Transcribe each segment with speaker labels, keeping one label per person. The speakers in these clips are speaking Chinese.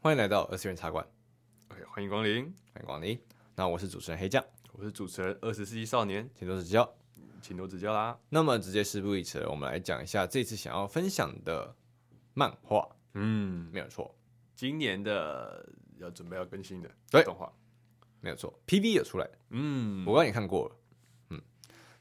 Speaker 1: 欢迎来到二次元茶馆，
Speaker 2: OK，欢迎光临，
Speaker 1: 欢迎光临。那我是主持人黑酱，
Speaker 2: 我是主持人二十世纪少年，
Speaker 1: 请多指教。
Speaker 2: 请多指教啦。
Speaker 1: 哦那么直接事不宜迟，我们来讲一下这次想要分享的漫画，
Speaker 2: 嗯，
Speaker 1: 没有错，
Speaker 2: 今年的要准备要更新的
Speaker 1: 对
Speaker 2: 动画，
Speaker 1: 没有错，PV 有出来，
Speaker 2: 嗯，
Speaker 1: 我刚刚也看过了，嗯，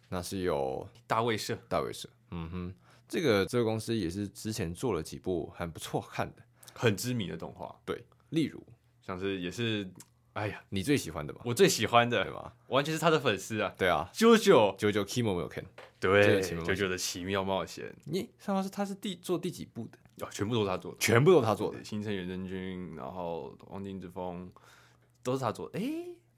Speaker 1: 那是有
Speaker 2: 大卫社
Speaker 1: 大卫社，嗯哼，这个这个公司也是之前做了几部很不错看的，
Speaker 2: 很知名的动画，
Speaker 1: 对，例如
Speaker 2: 像是也是，哎呀，
Speaker 1: 你最喜欢的吧，
Speaker 2: 我最喜欢
Speaker 1: 对
Speaker 2: 的，
Speaker 1: 吧？
Speaker 2: 完全是他的粉丝啊，
Speaker 1: 对啊，
Speaker 2: 啾啾，
Speaker 1: 九九 Kimo 没有看，
Speaker 2: 对，
Speaker 1: 奇妙冒
Speaker 2: 啾
Speaker 1: 险
Speaker 2: 啾的奇妙冒险，
Speaker 1: 你上次他是第做第几部的？
Speaker 2: 哦，全部都是他做的，
Speaker 1: 全部都是他做的。
Speaker 2: 新城远征军，然后黄金之风，都是他做的，哎。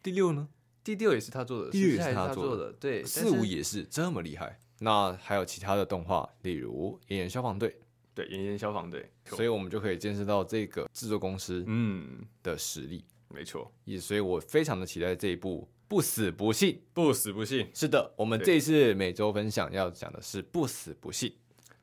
Speaker 1: 第六呢？
Speaker 2: 第六也是他做的，
Speaker 1: 第六也是
Speaker 2: 十四还
Speaker 1: 他
Speaker 2: 他
Speaker 1: 做的
Speaker 2: 的，对，但
Speaker 1: 四
Speaker 2: 是
Speaker 1: 五也是这么厉害。那还有其他的动画，例如《炎炎消防队
Speaker 2: 对，炎炎消防队，》，
Speaker 1: 所以我们就可以见识到这个制作公司
Speaker 2: 嗯，
Speaker 1: 的实力。
Speaker 2: 没错，
Speaker 1: 也所以我非常的期待这一部《不死不信》。
Speaker 2: 不死不信，
Speaker 1: 是的，我们
Speaker 2: 对
Speaker 1: 这一次每周分享要讲的是《不死不信》。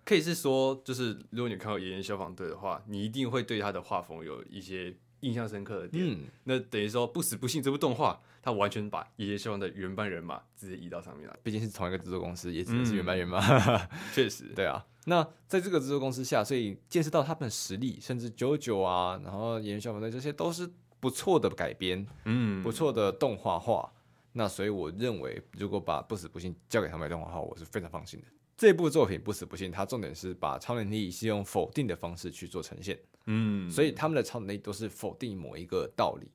Speaker 2: 可以是说，就是如果你看过《炎炎消防队》的话，你一定会对他的画风有一些印象深刻的点。
Speaker 1: 嗯，
Speaker 2: 那等于说，《不死不信》这部动画，它完全把《炎炎消防队》原班人马直接移到上面来。
Speaker 1: 毕竟是同一个制作公司，也只能是
Speaker 2: 嗯
Speaker 1: 原班人马。
Speaker 2: 确实，
Speaker 1: 对啊，那在这个制作公司下，所以见识到他们的实力，甚至九九啊，然后《炎炎消防队》这些都是不错的改编。
Speaker 2: 嗯，
Speaker 1: 不错的动画化。那所以我认为，如果把《不死不信》交给他们来动画化，我是非常放心的。这部作品《不死不信》，它重点是把超能力是用否定的方式去做呈现，
Speaker 2: 嗯，
Speaker 1: 所以他们的超能力都是否定某一个道理，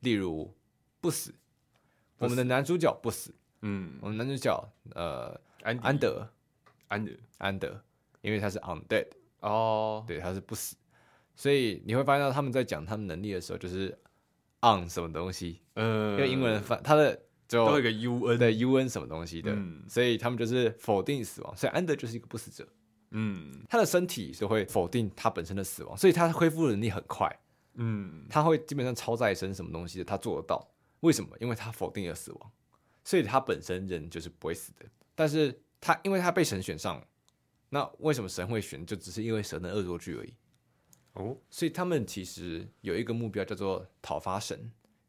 Speaker 1: 例如不死。我们的男主角不死，
Speaker 2: 嗯，
Speaker 1: 我们男主角呃
Speaker 2: 安
Speaker 1: 安德
Speaker 2: 安德
Speaker 1: 安德，因为他是 undead，
Speaker 2: 哦，
Speaker 1: 对，他是不死，所以你会发现到他们在讲他们能力的时候，就是 on 什么东西，
Speaker 2: 呃，
Speaker 1: 因为英文哦的翻他的就
Speaker 2: 都会有个 U N，
Speaker 1: 的 UN 什么东西的，
Speaker 2: 嗯
Speaker 1: 所以他们就是否定死亡，所以安德就是一个不死者，
Speaker 2: 嗯
Speaker 1: 他的身体就会否定他本身的死亡，所以他恢复能力很快，
Speaker 2: 嗯，
Speaker 1: 他会基本上超再生什么东西的，他做得到。为什么？因为他否定了死亡，所以他本身人就是不会死的。但是他因为他被神选上了，那为什么神会选？就只是因为神的恶作剧而已。
Speaker 2: 哦，
Speaker 1: 所以他们其实有一个目标叫做讨伐神，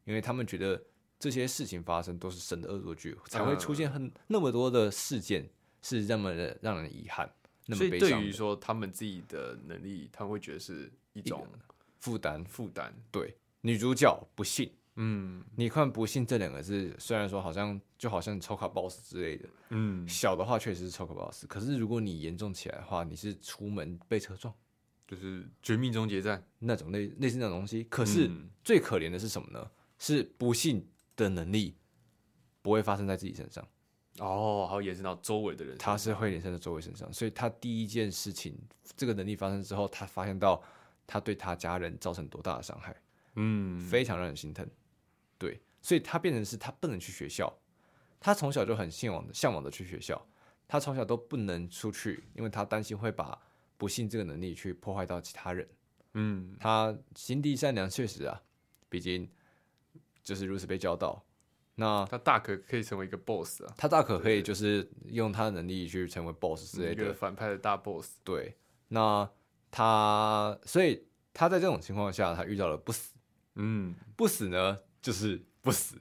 Speaker 1: 因为他们觉得这些事情发生都是神的恶作剧，才会出现很那么多的事件是那么的让人遗憾，那
Speaker 2: 所
Speaker 1: 么悲
Speaker 2: 以对
Speaker 1: 伤
Speaker 2: 于
Speaker 1: 的
Speaker 2: 说他们自己的能力，他们会觉得是一种
Speaker 1: 负担。
Speaker 2: 负担。
Speaker 1: 对，女主角不信，
Speaker 2: 嗯
Speaker 1: 你看“不信”这两个字，虽然说好像就好像抽卡 boss 之类的，
Speaker 2: 嗯，
Speaker 1: 小的话确实是抽卡 boss，可是如果你严重起来的话，你是出门被车撞
Speaker 2: 就是《绝命终结战》。
Speaker 1: 那种类类似那种东西。可是
Speaker 2: 嗯
Speaker 1: 最可怜的是什么呢？是不幸的能力不会发生在自己身上，
Speaker 2: 哦，还有延伸到周围的人，
Speaker 1: 它是会延伸到周围身上。所以他第一件事情，这个能力发生之后，他发现到他对他家人造成多大的伤害，
Speaker 2: 嗯，
Speaker 1: 非常让人心疼。对，所以他变成是他不能去学校，他从小就很向往的向往的去学校，他从小都不能出去，因为他担心会把不幸这个能力去破坏到其他人。
Speaker 2: 嗯，
Speaker 1: 他心地善良，确实啊，毕竟就是如此被教导。那
Speaker 2: 他大可可以成为一个 boss 啊，
Speaker 1: 他大可可以就是用他的能力去成为 boss 之类
Speaker 2: 一
Speaker 1: 的
Speaker 2: 个，反派的大 boss。
Speaker 1: 对。那他，所以他在这种情况下，他遇到了不死，
Speaker 2: 嗯，
Speaker 1: 不死呢就是不死，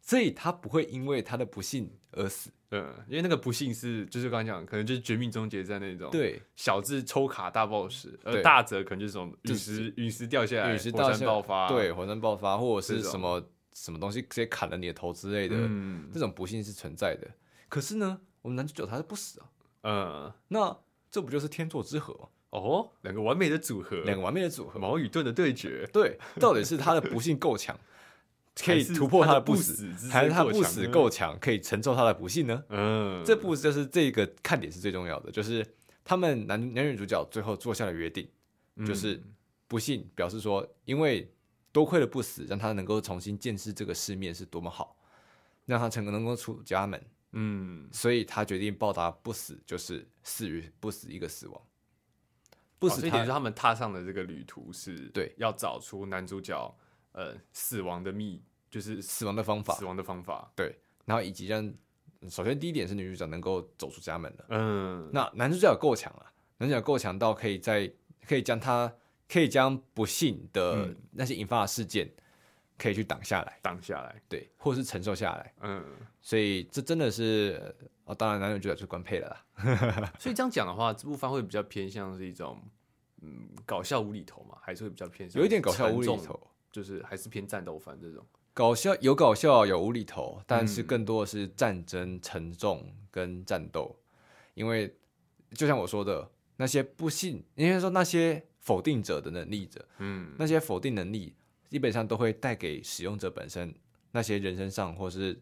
Speaker 1: 所以他不会因为他的不幸而死。
Speaker 2: 对，因为那个不幸是，就是刚刚讲，可能就是《绝命终结战》那种，，
Speaker 1: 对，
Speaker 2: 小至抽卡大 boss，
Speaker 1: 对
Speaker 2: 而大则可能就是什么
Speaker 1: 就
Speaker 2: 陨石陨石掉下来，
Speaker 1: 陨石
Speaker 2: 哦哎火
Speaker 1: 掉
Speaker 2: 山
Speaker 1: 下
Speaker 2: 爆发，
Speaker 1: 对，，火山爆发或者
Speaker 2: 这
Speaker 1: 是
Speaker 2: 种
Speaker 1: 什么什么东西直接砍了你的头之类的，
Speaker 2: 嗯
Speaker 1: 这种不幸是存在的。可是呢，我们男主角他是不死啊，
Speaker 2: 嗯，
Speaker 1: 那这不就是天作之合吗？
Speaker 2: 哦，两个完美的组合，
Speaker 1: 两个完美的组合吗？
Speaker 2: 矛与盾的对决，
Speaker 1: 对，到底是他的不幸够 强，可以
Speaker 2: 还是
Speaker 1: 突破
Speaker 2: 他
Speaker 1: 的
Speaker 2: 的
Speaker 1: 不
Speaker 2: 不
Speaker 1: 死
Speaker 2: 死之，身
Speaker 1: 还是他
Speaker 2: 够
Speaker 1: 不
Speaker 2: 强
Speaker 1: 死
Speaker 2: 呢
Speaker 1: 够强，可以承受他的不幸呢？
Speaker 2: 嗯，
Speaker 1: 这部就是这个看点是最重要的，就是他们男男女主角最后做下了约定，
Speaker 2: 嗯
Speaker 1: 就是不幸表示说，因为多亏了不死，让他能够重新见识这个世面是多么好，让他成功能够出家门，
Speaker 2: 嗯，
Speaker 1: 所以他决定报答不死，就是死于不死一个死亡，不
Speaker 2: 不
Speaker 1: 死
Speaker 2: 哦所以等于
Speaker 1: 他
Speaker 2: 说他们踏上的这个旅途是，
Speaker 1: 对
Speaker 2: 要找出男主角呃死亡的秘，就是死
Speaker 1: 死亡的方法
Speaker 2: 死，亡的方法。
Speaker 1: 对，然后以及让首先第一点是女主角能够走出家门了，
Speaker 2: 嗯，
Speaker 1: 啊那男主角够强了，男主角够强到可以在可以将他可以将不幸的
Speaker 2: 嗯
Speaker 1: 那些引发的事件可以去挡下来，
Speaker 2: 挡下来，
Speaker 1: 对，或是承受下来。
Speaker 2: 嗯，
Speaker 1: 所以这真的是，呃哦，当然男女主角就是官配了啦。
Speaker 2: 所以这样讲的话，这部番会比较偏向是一种嗯搞笑无厘头嘛，还是会比较偏向
Speaker 1: 有一点搞笑
Speaker 2: 沉
Speaker 1: 无厘
Speaker 2: 重，
Speaker 1: 头，
Speaker 2: 就是还是偏战斗番这种。
Speaker 1: 搞笑有搞笑有无厘头，但是
Speaker 2: 嗯
Speaker 1: 更多的是战争沉重跟战斗，因为就像我说的，那些不信，应该说那些否定者的能力者，
Speaker 2: 嗯
Speaker 1: 那些否定能力基本上都会带给使用者本身那些人身上或是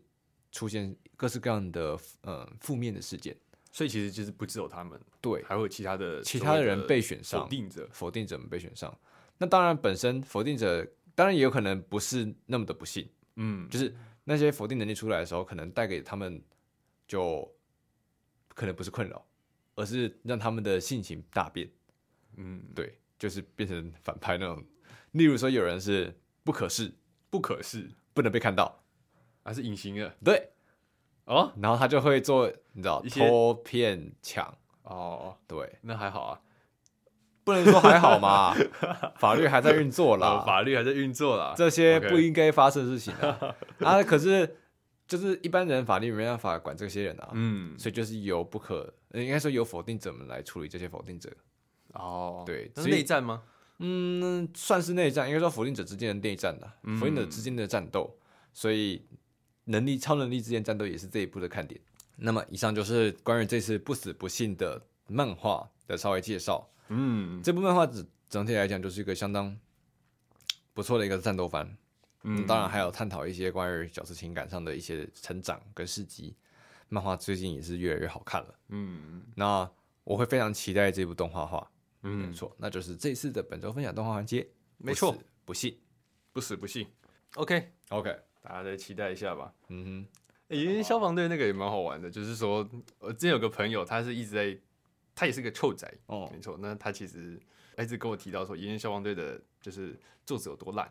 Speaker 1: 出现各式各样的呃负面的事件，
Speaker 2: 所以其实就是不只有他们，
Speaker 1: 对
Speaker 2: 还会有其他的
Speaker 1: 其
Speaker 2: 所
Speaker 1: 他
Speaker 2: 谓
Speaker 1: 的
Speaker 2: 的
Speaker 1: 人被选上
Speaker 2: 否，定者。
Speaker 1: 否定者们被选上。那当然，本身否定者当然也有可能不是那么的不幸，
Speaker 2: 嗯，
Speaker 1: 就是那些否定能力出来的时候，可能带给他们就可能不是困扰，而是让他们的性情大变。
Speaker 2: 嗯，
Speaker 1: 对，就是变成反派那种。例如说，有人是不可视，
Speaker 2: 不可视，
Speaker 1: 不能被看到，
Speaker 2: 还是隐形的
Speaker 1: 对，
Speaker 2: 哦
Speaker 1: 然后他就会做，你知道，
Speaker 2: 一些
Speaker 1: 偷骗抢，
Speaker 2: 哦，
Speaker 1: 对，
Speaker 2: 那还好啊，
Speaker 1: 不能说还好嘛， 哦法律还在运作
Speaker 2: 老
Speaker 1: 啦，
Speaker 2: 法律还在运作啦。
Speaker 1: 这些
Speaker 2: OK
Speaker 1: 不应该发生的事情啊。 啊，可是就是一般人法律没办法管这些人啊，
Speaker 2: 嗯，
Speaker 1: 所以就是由不可，呃应该说由否定者们来处理这些否定者。
Speaker 2: 哦，
Speaker 1: 对
Speaker 2: 那
Speaker 1: 所
Speaker 2: 是
Speaker 1: 以
Speaker 2: 内战吗？
Speaker 1: 嗯，算是内战，应该说否定者之间的内战啦，
Speaker 2: 嗯
Speaker 1: 否定者之间的战斗，所以能力超能力之间战斗也是这一部的看点。那么以上就是关于这次不死不幸的漫画的稍微介绍。
Speaker 2: 嗯
Speaker 1: 这部漫画整整体来讲就是一个相当不错的一个战斗番，嗯，当然还有探讨一些关于角色情感上的一些成长跟事迹。漫画最近也是越来越好看了，
Speaker 2: 嗯
Speaker 1: 那我会非常期待这部动画化。没
Speaker 2: 嗯，
Speaker 1: 错，那就是这次的本周分享动画环节。
Speaker 2: 没错
Speaker 1: 不死，不信。
Speaker 2: 不死不信。OK，
Speaker 1: OK，
Speaker 2: 大家再期待一下吧。
Speaker 1: 嗯
Speaker 2: 欸因为消防队那个也蛮好玩的，就是说，我之前有个朋友，他是一直在，他也是个臭仔，
Speaker 1: 哼，哦
Speaker 2: 没，错。那他其实呃一直跟我提到说，《炎炎消防队》的就是作者有多烂，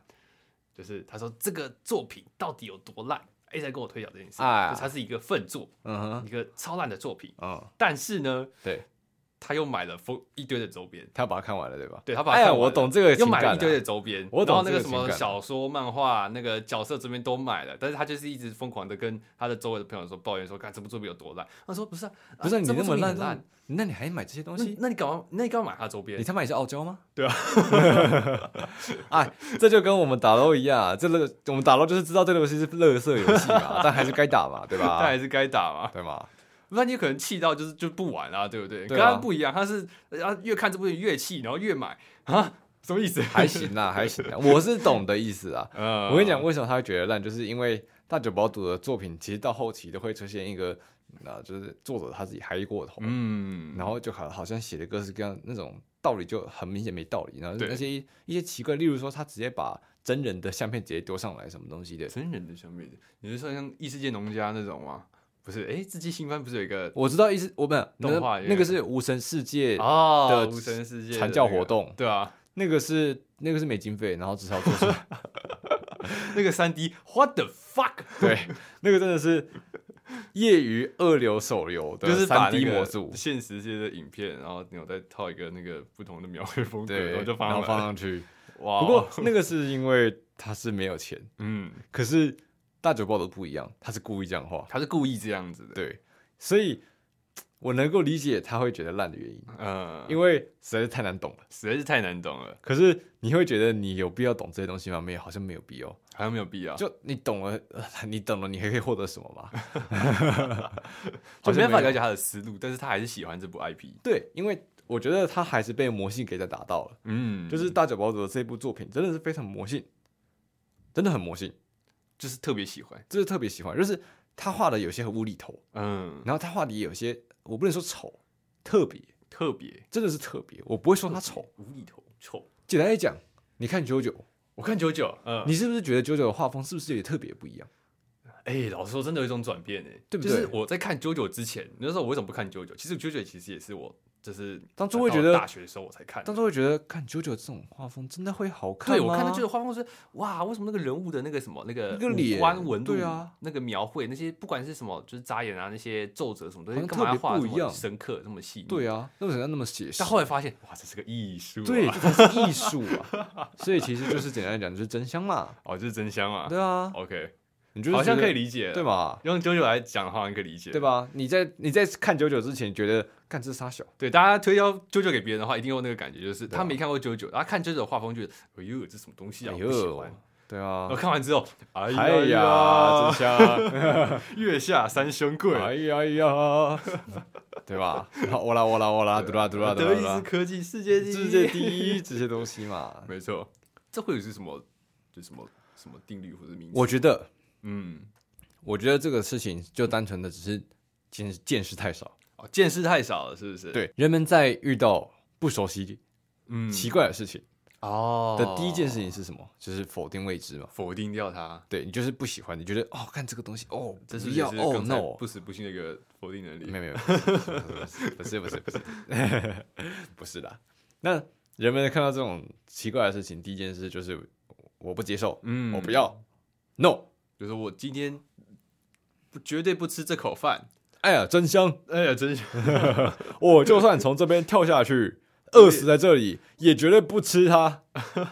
Speaker 2: 就是他说这个作品到底有多烂，一直在跟我推导这件事。
Speaker 1: 啊
Speaker 2: 就是它是一个粪作，
Speaker 1: 嗯哼，
Speaker 2: 一个超烂的作品。
Speaker 1: 嗯，
Speaker 2: 但是呢，
Speaker 1: 对，
Speaker 2: 他又买了疯一堆的周边，
Speaker 1: 他把它看完了，对吧？
Speaker 2: 对他把它
Speaker 1: 哎呀，
Speaker 2: 看完了
Speaker 1: 我懂这个
Speaker 2: 又
Speaker 1: 情
Speaker 2: 买
Speaker 1: 感
Speaker 2: 了
Speaker 1: 啊
Speaker 2: 一堆的周边，
Speaker 1: 我懂
Speaker 2: 然后那
Speaker 1: 这
Speaker 2: 个
Speaker 1: 个
Speaker 2: 什
Speaker 1: 情
Speaker 2: 么
Speaker 1: 感啊
Speaker 2: 小说、漫画、那个角色这边都买了，但是他就是一直疯狂的跟他的周围的朋友说抱怨说，看这部作品有多烂。他说不是啊，
Speaker 1: 不是
Speaker 2: 啊
Speaker 1: 你
Speaker 2: 这部
Speaker 1: 那么
Speaker 2: 作品
Speaker 1: 烂
Speaker 2: 很烂，，
Speaker 1: 那你还买这些东
Speaker 2: 那
Speaker 1: 西？
Speaker 2: 那你干嘛？那你干嘛买他周边
Speaker 1: 你？他妈也是傲娇吗？
Speaker 2: 对
Speaker 1: 啊， 哎，这就跟我们打 LO 一样啊，这乐我们打 LO 就是知道这个游戏是乐色游戏 嘛，但还是该打嘛，对
Speaker 2: 他
Speaker 1: 吧？
Speaker 2: 还是该打嘛？
Speaker 1: 对嘛？
Speaker 2: 那你有可能气到就是就不玩啊，对不对？
Speaker 1: 对
Speaker 2: 跟
Speaker 1: 啊
Speaker 2: 他不一样，他是他越看这部电影越气，然后越买啊，什么意思？
Speaker 1: 还行啦，还行啦，我是懂的意思啊。
Speaker 2: 呃
Speaker 1: 我跟你讲，，为什么他会觉得烂，就是因为大久保赌的作品，其实到后期都会出现一个，啊，就是作者他自己嗨过头，啊
Speaker 2: 嗯，
Speaker 1: 然后就好好像写的各式各样那种道理就很明显没道理，然后
Speaker 2: 对
Speaker 1: 那些一一些奇怪，例如说他直接把真人的相片直接丢上来什么东西的，
Speaker 2: 真人的相片，你是说像异世界农家那种吗？不是，哎，这季新番不是有一个
Speaker 1: 我知道意思，我不是
Speaker 2: 动画
Speaker 1: 那
Speaker 2: 也
Speaker 1: 那个是无神世界，
Speaker 2: 哦
Speaker 1: 的
Speaker 2: 无神世界的
Speaker 1: 传教
Speaker 2: 那个
Speaker 1: 活动
Speaker 2: 对啊，
Speaker 1: 那个是那个是没经费，然后至少做出 来，
Speaker 2: 那个三 D What the fuck，
Speaker 1: 对，那个真的是业余二流手游的
Speaker 2: 就是把
Speaker 1: 三
Speaker 2: 那
Speaker 1: D
Speaker 2: 个
Speaker 1: 模组，
Speaker 2: 现实界的影片，然后你有再套一个那个不同的描绘风格，
Speaker 1: 对，
Speaker 2: 然后就
Speaker 1: 然后放
Speaker 2: 放上来。
Speaker 1: 上 去。
Speaker 2: 哇，哦
Speaker 1: 不过那个是因为他是没有钱，
Speaker 2: 嗯，
Speaker 1: 可是大酒包都不一样，他是故意这样画，
Speaker 2: 他是故意这样子的，
Speaker 1: 对，所以我能够理解他会觉得烂的原因，
Speaker 2: 嗯，
Speaker 1: 因
Speaker 2: 为
Speaker 1: 为实在是太难懂了。
Speaker 2: 实在是太难懂了，
Speaker 1: 可是你会觉得你有必要懂这些东西吗？没有，好像没有必要。
Speaker 2: 好像没有必要，
Speaker 1: 就你懂了，呃你懂了，你还可以获得什么吗？
Speaker 2: 就
Speaker 1: 好
Speaker 2: 哦没
Speaker 1: 像
Speaker 2: 办法
Speaker 1: 没有
Speaker 2: 了解他的思路，但是他还是喜欢这部 IP，
Speaker 1: 对，因为我觉得他还是被魔性给他打到了。
Speaker 2: 嗯，
Speaker 1: 就是大久保组的这部作品真的是非常魔性，真的很魔性，
Speaker 2: 就是特别喜欢，
Speaker 1: 这是特别喜欢。就是他画的有些很无厘头，
Speaker 2: 嗯，
Speaker 1: 然后他画的也有些我不能说丑，特别
Speaker 2: 特别
Speaker 1: 真的是特别，我不会说他丑。
Speaker 2: 无厘头丑，
Speaker 1: 简单来讲，你看九九，
Speaker 2: 我看九九，嗯，
Speaker 1: 你是不是觉得九九的画风是不是也特别不一样？
Speaker 2: 哎、老实说，真的有一种转变哎、
Speaker 1: 对不
Speaker 2: 就是
Speaker 1: 对
Speaker 2: 我在看《九九》之前，那时候我为什么不看《九九》？其实《九九》其实也是我就是
Speaker 1: 当初会觉
Speaker 2: 到
Speaker 1: 得
Speaker 2: 大学的时候我才看的，
Speaker 1: 当时会觉得看九九这种画风真的会好看
Speaker 2: 对，
Speaker 1: 吗？
Speaker 2: 我看到这个画风是哇，为什么那个人物的那个什么那个
Speaker 1: 那个
Speaker 2: 五
Speaker 1: 脸
Speaker 2: 官纹路
Speaker 1: 对啊，
Speaker 2: 那个描绘那些不管是什么，就是眨眼啊那些皱褶什么东
Speaker 1: 好像
Speaker 2: 西，干嘛要
Speaker 1: 特别
Speaker 2: 画得
Speaker 1: 不
Speaker 2: 这
Speaker 1: 一样
Speaker 2: 么深刻那么细腻？
Speaker 1: 对啊，那为什么要那么写实？
Speaker 2: 但后来发现哇，这是个艺术、啊，
Speaker 1: 对，，这才是艺术啊！ 所以其实就是简单来讲，就是真香嘛。
Speaker 2: 哦，这是真香啊。
Speaker 1: 对啊，
Speaker 2: OK，
Speaker 1: 你就是
Speaker 2: 好像
Speaker 1: 觉
Speaker 2: 可
Speaker 1: 得
Speaker 2: 以理解，
Speaker 1: 对？嘛？
Speaker 2: 用九九来讲的话，好像可以理解，
Speaker 1: 对？吧？你在你在看九九之前，觉得干这是傻小，
Speaker 2: 对，大家推销九九给别人的话，一定有那个感觉，就是
Speaker 1: 对啊
Speaker 2: 他没看过九九，然后看九九的画风，觉得哎呦，这什么东西啊，
Speaker 1: 哎
Speaker 2: 我不喜
Speaker 1: 呦
Speaker 2: 欢。，
Speaker 1: 对啊
Speaker 2: 然后，看完之后，哎呀
Speaker 1: 哎呀，真
Speaker 2: 呀，
Speaker 1: 香，啊
Speaker 2: 月下三兄贵，
Speaker 1: 哎呀哎呀， 对吧？我啦我啦我啦，嘟啦嘟啦嘟
Speaker 2: 德
Speaker 1: 啦
Speaker 2: 啊意
Speaker 1: 嘟
Speaker 2: 志
Speaker 1: 啦，
Speaker 2: 科技世界第一，
Speaker 1: 啊世界第一这些东西嘛。
Speaker 2: 没错，这会是什么？就什么什么定律或者名词？
Speaker 1: 我觉得，
Speaker 2: 嗯，
Speaker 1: 我觉得这个事情就单纯的只是见识见识太少。
Speaker 2: 哦，见识太少了，是不是？，
Speaker 1: 对，人们在遇到不熟悉、
Speaker 2: 嗯，
Speaker 1: 奇怪的事情
Speaker 2: 哦
Speaker 1: 的第一件事情是什么？就是否定未知嘛。
Speaker 2: 否定掉它，
Speaker 1: 对你就是不喜欢，你觉得哦，看这个东西哦，
Speaker 2: 这是
Speaker 1: 不要
Speaker 2: 就是
Speaker 1: 哦
Speaker 2: 刚才
Speaker 1: ，no，
Speaker 2: 不死不信的一个否定能力。
Speaker 1: 没有没有， 不是不是不是不是不是的。那人们看到这种奇怪的事情，第一件事就是我不接受，
Speaker 2: 嗯
Speaker 1: 我不，要，no，
Speaker 2: 就是我今天不绝对不吃这口饭。
Speaker 1: 哎呀，真香！
Speaker 2: 哎呀，真是
Speaker 1: 我就算从这边跳下去，饿死在这里，也绝对不吃它。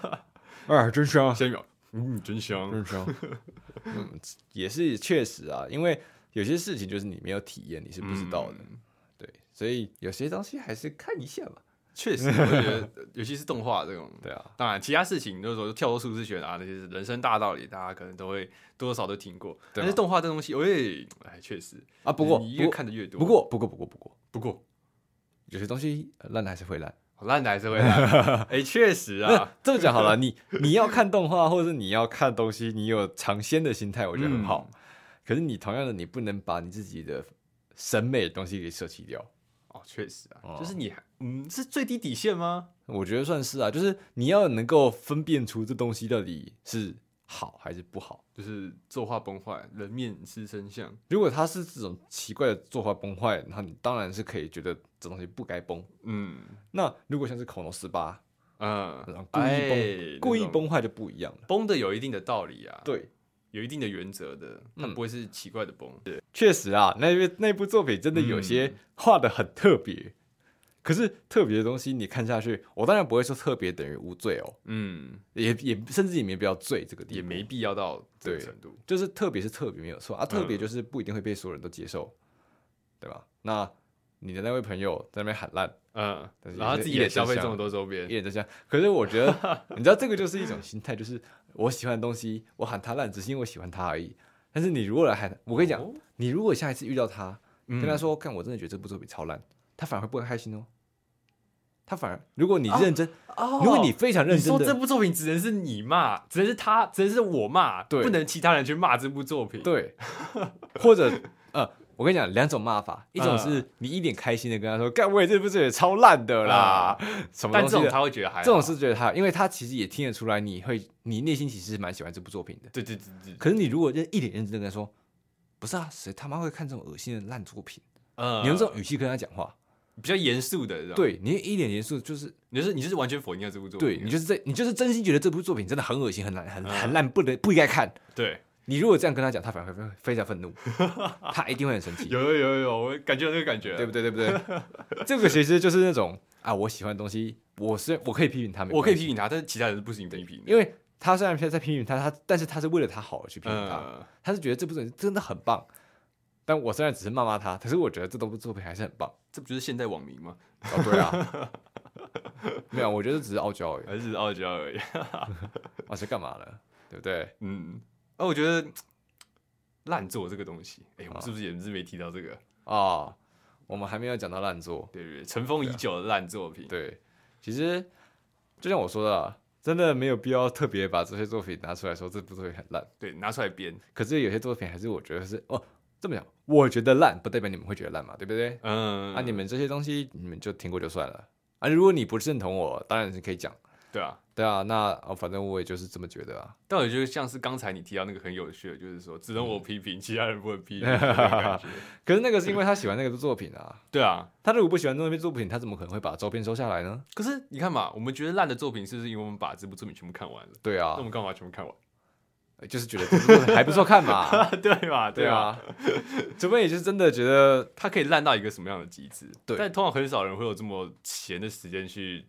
Speaker 1: 哎，真香，
Speaker 2: 先秒，嗯，真香。
Speaker 1: 真香。 嗯，也是确实啊，因为有些事情就是你没有体验，你是不知道的。
Speaker 2: 嗯
Speaker 1: 对，所以有些东西还是看一下吧。
Speaker 2: 确实，我觉得，尤其是动画这种，
Speaker 1: 对啊，
Speaker 2: 当然其他事情，就是说跳脱舒适圈啊，那些是人生大道理，大家可能都会多多少少都听过。
Speaker 1: 对啊
Speaker 2: 但是动画这东西，哎，哎，确实，
Speaker 1: 啊，不过
Speaker 2: 你
Speaker 1: 不
Speaker 2: 越
Speaker 1: 过
Speaker 2: 看的越多。
Speaker 1: 不过不过不过不过，
Speaker 2: 不过，
Speaker 1: 有些东西呃烂的还是会烂。
Speaker 2: 好烂的还是会 烂。哎，确实
Speaker 1: 那
Speaker 2: 啊，
Speaker 1: 这么讲好了，你你要看动画，或者是你要看东西，你有尝鲜的心态，我觉得很好。可是你同样的，你不能把你自己的审美的东西给舍弃掉。
Speaker 2: 哦，确实
Speaker 1: 哦
Speaker 2: 啊，就是你还，嗯，是最低底线吗？
Speaker 1: 我觉得算是啊，就是你要能够分辨出这东西到底是好还是不好。
Speaker 2: 就是作画崩坏，人面狮身像。
Speaker 1: 如果它是这种奇怪的作画崩坏，那你当然是可以觉得这东西不该崩。
Speaker 2: 嗯
Speaker 1: 那如果像是恐龙十八，
Speaker 2: 嗯
Speaker 1: 然后，故意崩、
Speaker 2: 哎
Speaker 1: 故意
Speaker 2: 那种
Speaker 1: 崩坏就不一样了。
Speaker 2: 崩的有一定的道理啊，，
Speaker 1: 对，
Speaker 2: 有一定的原则的，它
Speaker 1: 嗯
Speaker 2: 不会是奇怪的崩。对，
Speaker 1: 确实啊，那部那部作品真的有
Speaker 2: 嗯
Speaker 1: 些画的很特别，可是特别的东西你看下去，我当然不会说特别等于无罪哦，
Speaker 2: 嗯，
Speaker 1: 也也甚至也没必要罪这个地
Speaker 2: 也
Speaker 1: 步
Speaker 2: 没必要到这个
Speaker 1: 对
Speaker 2: 程度。
Speaker 1: 就是特别是特别没有错啊，特
Speaker 2: 嗯
Speaker 1: 别就是不一定会被所有人都接受，对吧？那你的那位朋友在那边喊烂，
Speaker 2: 嗯
Speaker 1: 但，是
Speaker 2: 然后
Speaker 1: 也是
Speaker 2: 自
Speaker 1: 一
Speaker 2: 己
Speaker 1: 脸
Speaker 2: 也消费
Speaker 1: 真
Speaker 2: 这
Speaker 1: 相
Speaker 2: 么多周边
Speaker 1: 一，脸真相，可是我觉 得你知道这个就是一种心态，就是我喜欢的东西，我喊它烂，只是因为我喜欢它而已。但是你如果来喊，我跟你讲，
Speaker 2: 哦
Speaker 1: 你如果下一次遇到他，
Speaker 2: 嗯
Speaker 1: 跟他说：“看，我真的觉得这部作品超烂。”他反而会不开心哦。他反而，如果你认真，
Speaker 2: 哦
Speaker 1: 如果你非常认
Speaker 2: 你
Speaker 1: 真
Speaker 2: 说这
Speaker 1: 的，
Speaker 2: 部作品只能是你骂，只能是他，只能是我骂，
Speaker 1: 对
Speaker 2: 不能其他人去骂这部作品。，
Speaker 1: 对，或者呃，我跟你讲两种骂法，一种是
Speaker 2: 嗯
Speaker 1: 你一脸开心的跟他说：“干，我也这部作品超烂的啦。”什么
Speaker 2: 嗯但
Speaker 1: 东
Speaker 2: 这
Speaker 1: 西
Speaker 2: 种啊
Speaker 1: 的？
Speaker 2: 他会觉得还好
Speaker 1: 这种是觉得他，因为他其实也听得出来，你会你内心其实是蛮喜欢这部作品的。
Speaker 2: 对对对对，
Speaker 1: 可是你如果认一脸认真的跟他说：“不是啊，谁他妈会看这种恶心的烂作品？”
Speaker 2: 呃
Speaker 1: 你用这种语气跟他讲话，
Speaker 2: 比较严肃的，这种，
Speaker 1: 对你一脸严肃，就是
Speaker 2: 你就是你就是完全否定掉这部作品啊
Speaker 1: 对
Speaker 2: 的，
Speaker 1: 你就是这，你就是真心觉得这部作品真的很恶心、很烂、很
Speaker 2: 嗯
Speaker 1: 很烂，不能不应该看。
Speaker 2: 对，
Speaker 1: 你如果这样跟他讲，他反而会非常愤 怒，他一定会很生气，
Speaker 2: 有有有有，我感觉有这个感觉，
Speaker 1: 对不对？对不对？这个其实就是那种啊，我喜欢的东西，我是我可以批评他，没
Speaker 2: 我可以
Speaker 1: 关系
Speaker 2: 批评他，但是其他人是不行批评的，
Speaker 1: 因为他虽然在批评他，他但是他是为了他好而去批评他，
Speaker 2: 呃，
Speaker 1: 他是觉得这部作品真的很棒。但我虽然只是骂骂他，可是我觉得这部作品还是很棒。
Speaker 2: 这不就是现代网民吗？
Speaker 1: 哦，对啊， 没有，我觉得只是傲娇而已，
Speaker 2: 还是傲娇而已。
Speaker 1: 而且干嘛呢？对不对？
Speaker 2: 嗯，啊，我觉得烂作这个东西，哎，我们是不是也是没提到这个？
Speaker 1: 啊、我们还没有讲到烂作，
Speaker 2: 对对对，尘封已久的烂作品，
Speaker 1: 对，其实就像我说的啊，真的没有必要特别把这些作品拿出来说这部作品很烂。
Speaker 2: 对，拿出来编，
Speaker 1: 可是有些作品还是我觉得是哦，这么讲，我觉得烂不代表你们会觉得烂嘛，对不对？
Speaker 2: 嗯，
Speaker 1: 啊啊，你们这些东西你们就听过就算了啊。如果你不认同我，当然是可以讲，
Speaker 2: 对啊，
Speaker 1: 对啊，那哦，反正我也就是这么觉得啊。
Speaker 2: 但我觉得像是刚才你提到那个很有趣的，就是说只能我批评，其他人不能批 评的那种感觉。
Speaker 1: 可是那个是因为他喜欢那个作品啊，
Speaker 2: 对啊，
Speaker 1: 他如果不喜欢那篇作品，他怎么可能会把照片收下来呢？
Speaker 2: 可是你看嘛，我们觉得烂的作品，是不是因为我们把这部作品全部看完了？
Speaker 1: 对
Speaker 2: 那
Speaker 1: 啊
Speaker 2: 我，们干嘛全部看完？
Speaker 1: 就是觉得这部作品还不错看嘛。
Speaker 2: 对啊吧？
Speaker 1: 对
Speaker 2: 吧？
Speaker 1: 啊，除非也就是真的觉得
Speaker 2: 它可以烂到一个什么样的极致？
Speaker 1: 对
Speaker 2: 但通常很少人会有这么闲的时间去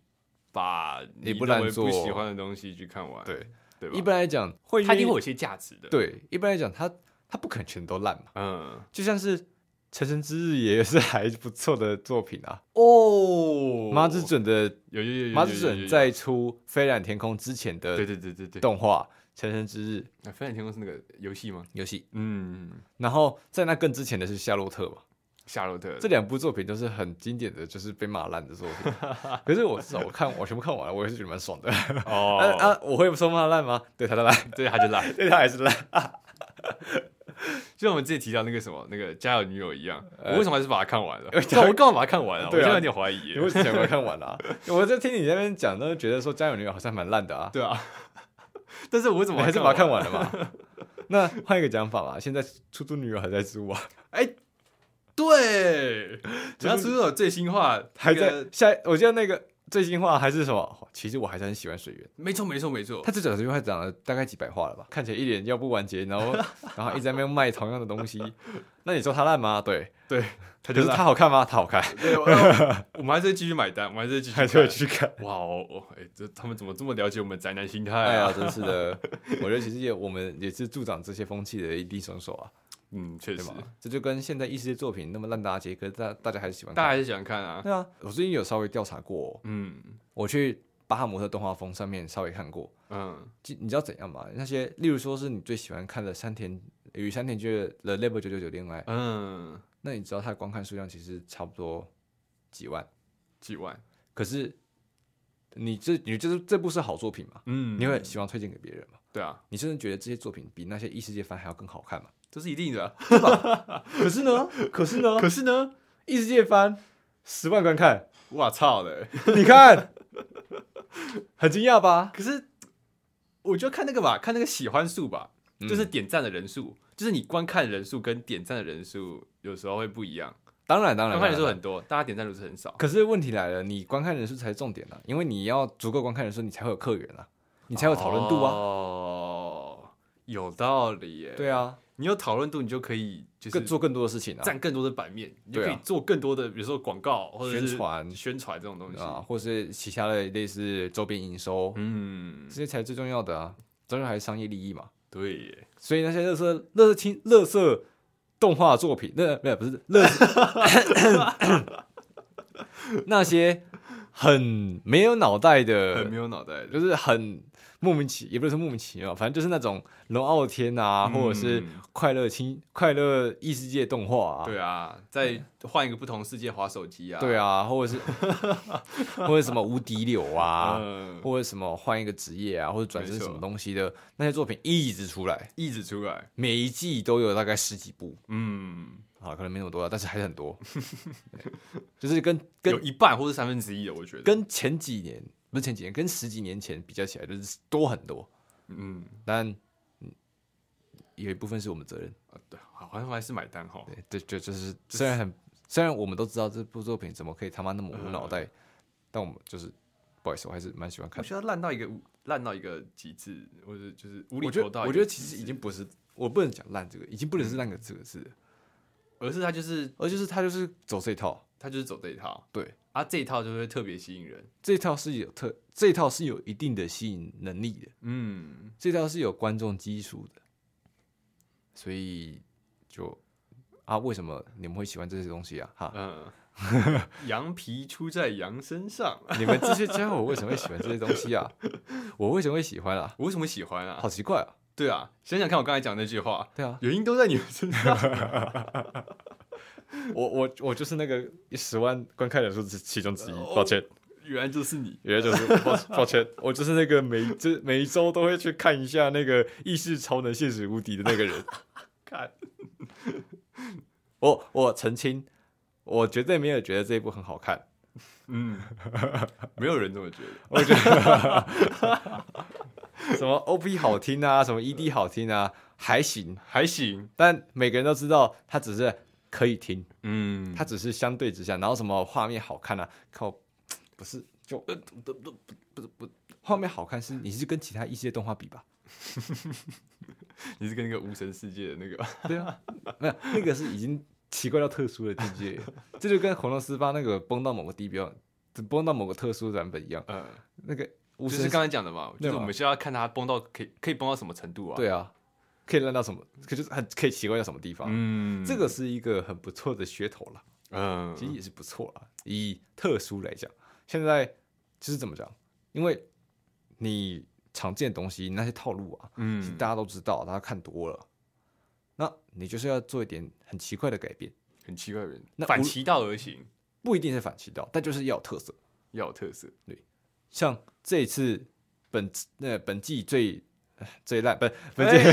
Speaker 2: 把你
Speaker 1: 一部
Speaker 2: 认
Speaker 1: 烂
Speaker 2: 为
Speaker 1: 作
Speaker 2: 不喜欢的东西去看完，
Speaker 1: 对，
Speaker 2: 对吧？
Speaker 1: 一般来讲会
Speaker 2: 它一定
Speaker 1: 愿意
Speaker 2: 会有一些价值的，，
Speaker 1: 对，一般来讲他他不可能全都烂嘛，
Speaker 2: 嗯，
Speaker 1: 就像是《成神之日》也是还不错的作品啊。
Speaker 2: 哦
Speaker 1: 马之准的
Speaker 2: 有有有有有
Speaker 1: 马之
Speaker 2: 有有有
Speaker 1: 准在出《飞染天空》之前
Speaker 2: 对
Speaker 1: 的
Speaker 2: 对对对对，
Speaker 1: 动画《成神之日》
Speaker 2: 那《飞天天空》是那个游戏吗？
Speaker 1: 游戏，
Speaker 2: 嗯，
Speaker 1: 然后在那更之前的是《夏洛特》嘛。
Speaker 2: 夏洛特
Speaker 1: 这两部作品都是很经典的，就是被骂烂的作 品。可是我至少我看我全部看完了，我也是觉得蛮爽的。
Speaker 2: 哦，
Speaker 1: 啊啊，我会说骂烂吗？对他的烂，
Speaker 2: 对，他就烂，
Speaker 1: 对他还是烂。
Speaker 2: 就像我们之前提到那个什么那个《家有女友》一样，
Speaker 1: 呃
Speaker 2: 我为什么还是把它看 完了？
Speaker 1: 呃
Speaker 2: 对啊我干嘛把它看完了？我
Speaker 1: 对啊
Speaker 2: 现在有点怀疑
Speaker 1: 你为
Speaker 2: 耶。
Speaker 1: 什么要看完 啊？我在听你那边讲，都觉得说《家有女友》好像蛮烂的啊。
Speaker 2: 对啊，但是我为什
Speaker 1: 我
Speaker 2: 么
Speaker 1: 们还是把它
Speaker 2: 它
Speaker 1: 看？完了嘛。 那换一个讲法吧，现在出租女友还在租啊，
Speaker 2: 对，
Speaker 1: 就是
Speaker 2: 人家出了最新话，
Speaker 1: 还
Speaker 2: 那
Speaker 1: 在
Speaker 2: 个，
Speaker 1: 下一，我记得那个最新话还是什么？哦其实我还是很喜欢水源，
Speaker 2: 没错没错没错
Speaker 1: 他，这整句话讲了大概几百话了吧，看起来一脸要不完结，然 后然后一直在那边卖同样的东西。那你说他烂吗？对，
Speaker 2: 对，他
Speaker 1: 可
Speaker 2: 就是
Speaker 1: 他好看吗？他好 看，
Speaker 2: 对，我我我们还是继续买单，我们还是继续
Speaker 1: 还是会
Speaker 2: 看。
Speaker 1: 去看。
Speaker 2: 哇哦，哦哎，这他们怎么这么了解我们宅男心态
Speaker 1: 哎呀，
Speaker 2: 啊？
Speaker 1: 真是 的，我觉得其实也我们也是助长这些风气的一滴双手啊，
Speaker 2: 嗯，确
Speaker 1: 对
Speaker 2: 实
Speaker 1: 吧，？这就跟现在异世界作品那么烂大街，可是大大家还是喜欢
Speaker 2: 大家
Speaker 1: 看。
Speaker 2: 还是喜欢看啊。
Speaker 1: 对啊，我最近有稍微调查过、哦
Speaker 2: 嗯
Speaker 1: 我去巴哈姆特动画风上面稍微看过，
Speaker 2: 嗯，
Speaker 1: 就你知道怎样吗？那些例如说是你最喜欢看的山田与山田君的《Level 九九九恋爱》，
Speaker 2: 嗯，
Speaker 1: 那你知道它的观看数量其实差不多几万，
Speaker 2: 几万，
Speaker 1: 可是你这你就是这部是好作品嘛，
Speaker 2: 嗯，
Speaker 1: 你会希望推荐给别人嘛？
Speaker 2: 对啊，
Speaker 1: 你甚至觉得这些作品比那些异世界番还要更好看嘛？
Speaker 2: 这是一定的啊。
Speaker 1: 可是呢，可是呢，
Speaker 2: 可是呢，
Speaker 1: 异世界番十万观看，
Speaker 2: 我操的，
Speaker 1: 你看，很惊讶吧？
Speaker 2: 可是我就看那个吧，看那个喜欢数吧，
Speaker 1: 嗯
Speaker 2: 就是点赞的人数，就是你观看人数跟点赞的人数有时候会不一样。
Speaker 1: 当然当然，
Speaker 2: 观看人
Speaker 1: 当
Speaker 2: 数
Speaker 1: 然
Speaker 2: 很多，大家点赞人数很少。
Speaker 1: 可是问题来了，你观看人数才是重点啊，因为你要足够观看人数，你才会有客源啊，你才有讨论度啊。
Speaker 2: 哦，有道理耶。
Speaker 1: 对啊，
Speaker 2: 你有讨论度，你就可以就
Speaker 1: 更
Speaker 2: 是
Speaker 1: 做更多的事情啊，
Speaker 2: 占更多的版面，你就可
Speaker 1: 对啊
Speaker 2: 以做更多的，比如说广告或者是
Speaker 1: 宣传
Speaker 2: 宣传这种东西。
Speaker 1: 啊，或是其他的类似周边营收，
Speaker 2: 嗯
Speaker 1: 这，些才是最重要的啊，当然还是商业利益嘛。
Speaker 2: 对耶，
Speaker 1: 所以那些乐色、乐色清、乐色动画作品，那没有不是乐色 那些很没有脑袋的，
Speaker 2: 很没有脑袋的，
Speaker 1: 就是很莫名其，也不是说莫名其妙，反正就是那种龙傲天啊，或者是
Speaker 2: 嗯
Speaker 1: 快乐青快乐异世界动画啊，
Speaker 2: 对啊，再换一个不同世界划手机啊。
Speaker 1: 对啊，或者 是或者什么无敌柳啊，
Speaker 2: 嗯，
Speaker 1: 或者什么换一个职业啊，或者转身
Speaker 2: 没错
Speaker 1: 什么东西的那些作品一直出来，
Speaker 2: 一直出来，
Speaker 1: 每一季都有大概十几部。
Speaker 2: 嗯，
Speaker 1: 啊，可能没那么多啊，但是还是很多，对就是 跟
Speaker 2: 有
Speaker 1: 跟
Speaker 2: 一半或是三分之一的，我觉得。
Speaker 1: 跟前几年不是前几年，跟十几年前比较起来，就是多很多。
Speaker 2: 嗯，
Speaker 1: 但嗯有一部分是我们责任。
Speaker 2: 啊对，好像还是买单哈。
Speaker 1: 对对，就就是虽然很虽然我们都知道这部作品怎么可以他妈那么无
Speaker 2: 嗯
Speaker 1: 脑袋，但我们就是不好意思，我还是蛮喜欢
Speaker 2: 我
Speaker 1: 看的。
Speaker 2: 觉得烂到一个无烂到一个极致，或者就是无厘
Speaker 1: 我觉
Speaker 2: 头
Speaker 1: 得
Speaker 2: 到
Speaker 1: 我
Speaker 2: 一个极致。
Speaker 1: 觉得其实已经不是我不能讲烂这个，已经不能
Speaker 2: 嗯
Speaker 1: 是烂个这个字了，
Speaker 2: 而是他就是
Speaker 1: 而就是他就是走这一套，
Speaker 2: 他就是走这一套，
Speaker 1: 对，
Speaker 2: 啊，这一套就会特别吸引人。
Speaker 1: 这一套是有特这一套是有一定的吸引能力的，
Speaker 2: 嗯，
Speaker 1: 这一套是有观众基础的，所以就啊，为什么你们会喜欢这些东西啊？哈，
Speaker 2: 嗯，羊皮出在羊身上，
Speaker 1: 你们这些家伙为什么会喜欢这些东西 啊？我为什么会喜欢啊？
Speaker 2: 我为什么喜欢啊
Speaker 1: 好？奇怪啊！
Speaker 2: 对啊，想想看我刚才讲的那句话，
Speaker 1: 对啊，
Speaker 2: 原因都在你们 身上。
Speaker 1: 我我我就是那个十万观看人数之其中之一，抱歉，
Speaker 2: 原来就是你，
Speaker 1: 原来就是抱抱歉，我就是那个每这每一周都会去看一下那个意识超能现实无敌的那个人。
Speaker 2: 看，
Speaker 1: 我我澄清，我绝对没有觉得这一部很好看，
Speaker 2: 嗯，没有人这么觉得。
Speaker 1: 哦什么 OP 好听啊，什么 ED 好听啊，还行，
Speaker 2: 还行，
Speaker 1: 但每个人都知道它只是可以听，
Speaker 2: 嗯，
Speaker 1: 它只是相对之下，然后什么画面好看啊，靠，不是就
Speaker 2: 呃不不不不不，
Speaker 1: 画面好看是你是跟其他一些动画比吧？
Speaker 2: 你是跟那个无神世界的 那个吧，
Speaker 1: 对啊，没有那个是已经奇怪到特殊的境 界，这就跟红龙斯巴那个崩到某个地标，崩到某个特殊的版本一样，
Speaker 2: 呃，
Speaker 1: 那个无
Speaker 2: 就是
Speaker 1: 神
Speaker 2: 刚才讲的嘛，就
Speaker 1: 对
Speaker 2: 是
Speaker 1: 嘛
Speaker 2: 我们是要看他崩到可以可以崩到什么程度啊？，
Speaker 1: 对啊，可以烂到什么，可就是很可以奇怪到什么地方，
Speaker 2: 嗯，
Speaker 1: 这个是一个很不错的噱头啦。
Speaker 2: 嗯，
Speaker 1: 其实也是不错啦。以特殊来讲，现在就是怎么讲？因为你常见的东西那些套路啊，其实
Speaker 2: 嗯，
Speaker 1: 大家都知道，大家看多了，那你就是要做一点很奇怪的改变，
Speaker 2: 很奇怪的人，
Speaker 1: 那
Speaker 2: 反
Speaker 1: 无
Speaker 2: 其道而行，
Speaker 1: 不一定是反其道，但就是要有特色。
Speaker 2: 要有特色，
Speaker 1: 像这一次本那本季最唉最烂，本本季、
Speaker 2: 哎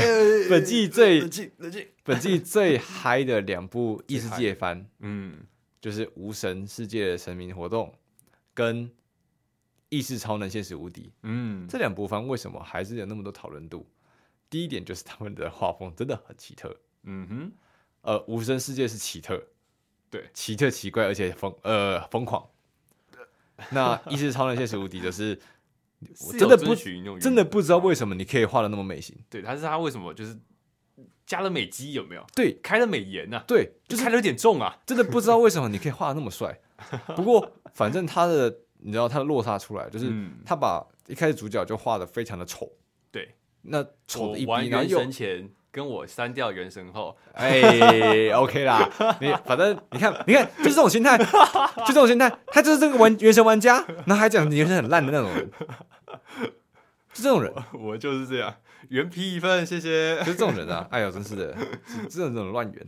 Speaker 2: 本
Speaker 1: 本季最
Speaker 2: 冷静冷静，
Speaker 1: 本季最嗨的两部异世界番，
Speaker 2: 嗯，
Speaker 1: 就是《无神世界的神明活动》跟《意识超能现实无敌》。
Speaker 2: 嗯，
Speaker 1: 这两部番为什么还是有那么多讨论度？第一点就是他们的画风真的很奇特，
Speaker 2: 嗯哼，
Speaker 1: 呃，无声世界是奇特，
Speaker 2: 对
Speaker 1: 奇特奇怪，而且疯呃疯狂。那《一世超人现实无敌》就是我
Speaker 2: 是
Speaker 1: 真
Speaker 2: 有
Speaker 1: 的不
Speaker 2: 遵循那种
Speaker 1: 真的
Speaker 2: 原则
Speaker 1: 不知道为什么你可以画的那么美型，
Speaker 2: 对，他是他为什么就是加了美肌有没有？
Speaker 1: 对
Speaker 2: 开了美颜呐、啊，
Speaker 1: 对，
Speaker 2: 就开的有点重啊，
Speaker 1: 真的不知道为什么你可以画的那么 帅。不过反正他的你知道他的落差出来，就是
Speaker 2: 嗯
Speaker 1: 他把一开始主角就画的非常的丑，
Speaker 2: 对，
Speaker 1: 那丑
Speaker 2: 我
Speaker 1: 的一
Speaker 2: 玩
Speaker 1: 逼，然后
Speaker 2: 原
Speaker 1: 又
Speaker 2: 神前跟我删掉原神后，
Speaker 1: 哎，OK 啦，你反正你看，你看，就是这种心态， 就这种心态，他就是这个玩原神玩家，然后还讲原神很烂的那种人，就这种人，
Speaker 2: 我就是这样，原批一份，谢谢。
Speaker 1: 就是这种人 啊！哎呦，真是的，是这种这种乱源，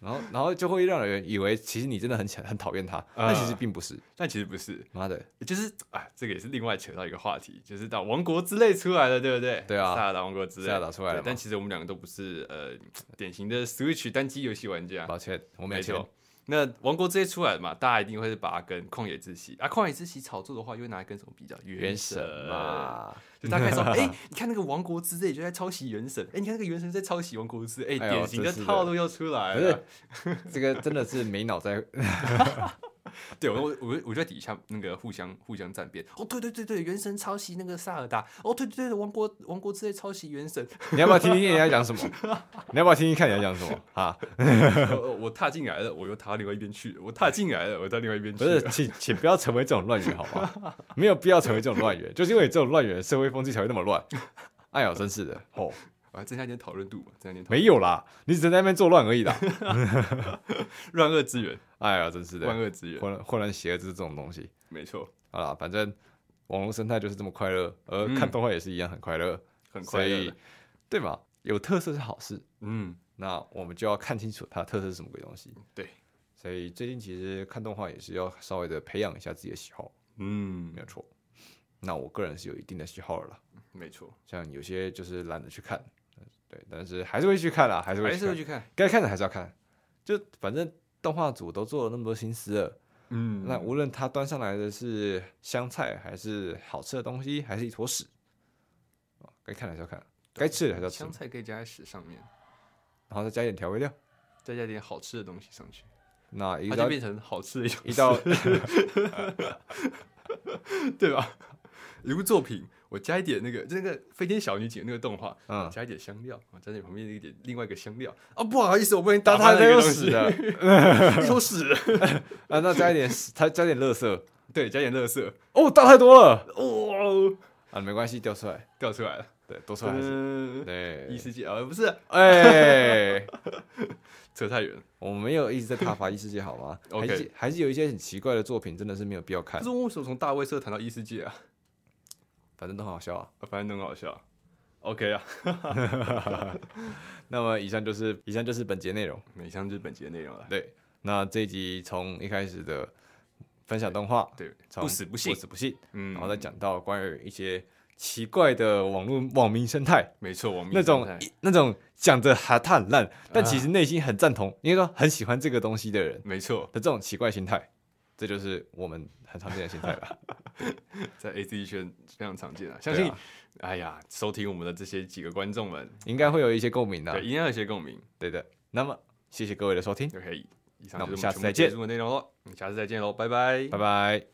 Speaker 1: 然后然后就会让人以为其实你真的很想很讨厌
Speaker 2: 啊
Speaker 1: 他，但其实并不是，
Speaker 2: 但其实不是，
Speaker 1: 妈的，
Speaker 2: 就是啊，这个也是另外扯到一个话题，就是到王国之泪出来了，对不对？
Speaker 1: 对啊
Speaker 2: 萨尔达王国之泪
Speaker 1: 萨尔达出来了
Speaker 2: 对
Speaker 1: 嘛
Speaker 2: 但其实我们两个都不是呃典型的 Switch 单机游戏玩家，
Speaker 1: 抱歉，我啊没有钱
Speaker 2: 错。那王国之泪出来了嘛，大家一定会是把它跟旷野之息啊，旷野之息炒作的话，又会拿来跟什么比较？
Speaker 1: 原神嘛，
Speaker 2: 就大 概说，哎、你看那个《王国之泪》就在抄袭《原神》，哎、你看那个《原神》在抄袭《王国之泪》，哎、
Speaker 1: 哎呦
Speaker 2: 典型的
Speaker 1: 真是的哎
Speaker 2: 套路又出来
Speaker 1: 不
Speaker 2: 了。
Speaker 1: 是这个真的是没脑在，
Speaker 2: 对，我我我我就在底下那个互相互相站边。哦，对对对对，《原神》抄袭那个萨尔达。哦，对对对，《王国王国之泪》抄袭《原神》
Speaker 1: 你要不要听听人家讲什么？ 你要不要听听看人家讲什么啊？
Speaker 2: 我哦我我踏进来了，我又踏到另外一边去了。我踏进来了，我到另外一边去
Speaker 1: 不是啊
Speaker 2: 了。，
Speaker 1: 请请不要成为这种乱源，好吗？没有必要成为这种乱源，就是因为这种乱源，社会风气才会那么乱。 哎呦，真是的，哦，
Speaker 2: 我还增啊加一点讨论度嘛，增加一点讨
Speaker 1: 没有啦，你只是在那边作乱而 已啦。
Speaker 2: 乱恶之源，
Speaker 1: 哎呀，真是
Speaker 2: 乱
Speaker 1: 的，
Speaker 2: 恶之源，
Speaker 1: 混乱混乱邪恶就是这种东西。
Speaker 2: 没错，
Speaker 1: 好啦，反正网络生态就是这么快乐，而
Speaker 2: 嗯
Speaker 1: 看动画也是一样很快乐，
Speaker 2: 很
Speaker 1: 所
Speaker 2: 快乐
Speaker 1: 以
Speaker 2: 的。
Speaker 1: 对嘛，有特色是好事。
Speaker 2: 嗯，
Speaker 1: 那我们就要看清楚它的特色是什么鬼东西。
Speaker 2: 对，
Speaker 1: 所以最近其实看动画也是要稍微的培养一下自己的喜好，
Speaker 2: 嗯
Speaker 1: 没，有错。那我个人是有一定的喜好了啦。
Speaker 2: 没错，
Speaker 1: 像有些就是懒得去看，呃对，但是还是会去看啦，还是会
Speaker 2: 还
Speaker 1: 去
Speaker 2: 是会
Speaker 1: 看，
Speaker 2: 去看。
Speaker 1: 该看的还是要看。就反正动画组都做了那么多心思了，
Speaker 2: 嗯
Speaker 1: 那无论它端上来的是香菜，还是好吃的东西，还是一坨屎，哦该看的还是要看，该吃的还是要吃
Speaker 2: 香，菜可以加在屎上面，
Speaker 1: 然后再加一点调味料，
Speaker 2: 再加一点好吃的东西上去。
Speaker 1: 那一
Speaker 2: 它
Speaker 1: 道
Speaker 2: 就变成好吃的一种
Speaker 1: 一道
Speaker 2: 对吧？一部作品，我加一点那个，就那个《飞天小女警》那个动画，
Speaker 1: 嗯
Speaker 2: 加一点香料，我加点旁边那一点另外一个香料。啊，不好意思，我不小心打
Speaker 1: 当它
Speaker 2: 翻
Speaker 1: 都有
Speaker 2: 了一个东西
Speaker 1: 屎，的
Speaker 2: 一坨屎。
Speaker 1: 啊，那加一点屎，它加点垃圾，
Speaker 2: 对，加点垃圾，
Speaker 1: 哦，倒太多了
Speaker 2: 哦，
Speaker 1: 啊，没关系，掉出来，
Speaker 2: 掉出来了。
Speaker 1: 对，多出来还是
Speaker 2: 嗯，异
Speaker 1: 对，
Speaker 2: 世界啊，不是，
Speaker 1: 哎。
Speaker 2: 扯太远了。
Speaker 1: 我没有一直在挞伐异世界，好吗
Speaker 2: OK
Speaker 1: 还是还是有一些很奇怪的作品，真的是没有必要看
Speaker 2: 可是，为什么从大卫社谈到异世界啊？
Speaker 1: 反正都很好笑啊。
Speaker 2: 啊反正都很好笑。OK 啊，
Speaker 1: 那么以上就是以上就是本节内容。
Speaker 2: 以上就是本集的内容了。
Speaker 1: 对，那这一集从一开始的分享动画，
Speaker 2: 对，
Speaker 1: 从
Speaker 2: 不死不信
Speaker 1: 不。死不信，
Speaker 2: 嗯
Speaker 1: 然后再讲到关于一些奇怪的网络网民生态，
Speaker 2: 没错，我们
Speaker 1: 那种那种讲着还他很烂，但其实内心很赞同，应该说很喜欢这个东西的人
Speaker 2: 没错，
Speaker 1: 的这种奇怪心态，这就是我们很常见的心态吧。
Speaker 2: 在 A Z 圈非常常见啊，相
Speaker 1: 对
Speaker 2: 信，
Speaker 1: 啊
Speaker 2: 哎呀，收听我们的这些几个观众们，
Speaker 1: 应该会有一些共鸣的、
Speaker 2: 对，一定要有些共鸣。
Speaker 1: 对的。那么谢谢各位的收听，
Speaker 2: OK，以上
Speaker 1: 那我
Speaker 2: 就是
Speaker 1: 们下
Speaker 2: 我们全
Speaker 1: 次
Speaker 2: 部
Speaker 1: 再
Speaker 2: 结
Speaker 1: 见
Speaker 2: 束的内容喽，我们下次再见喽，拜拜
Speaker 1: 拜。拜。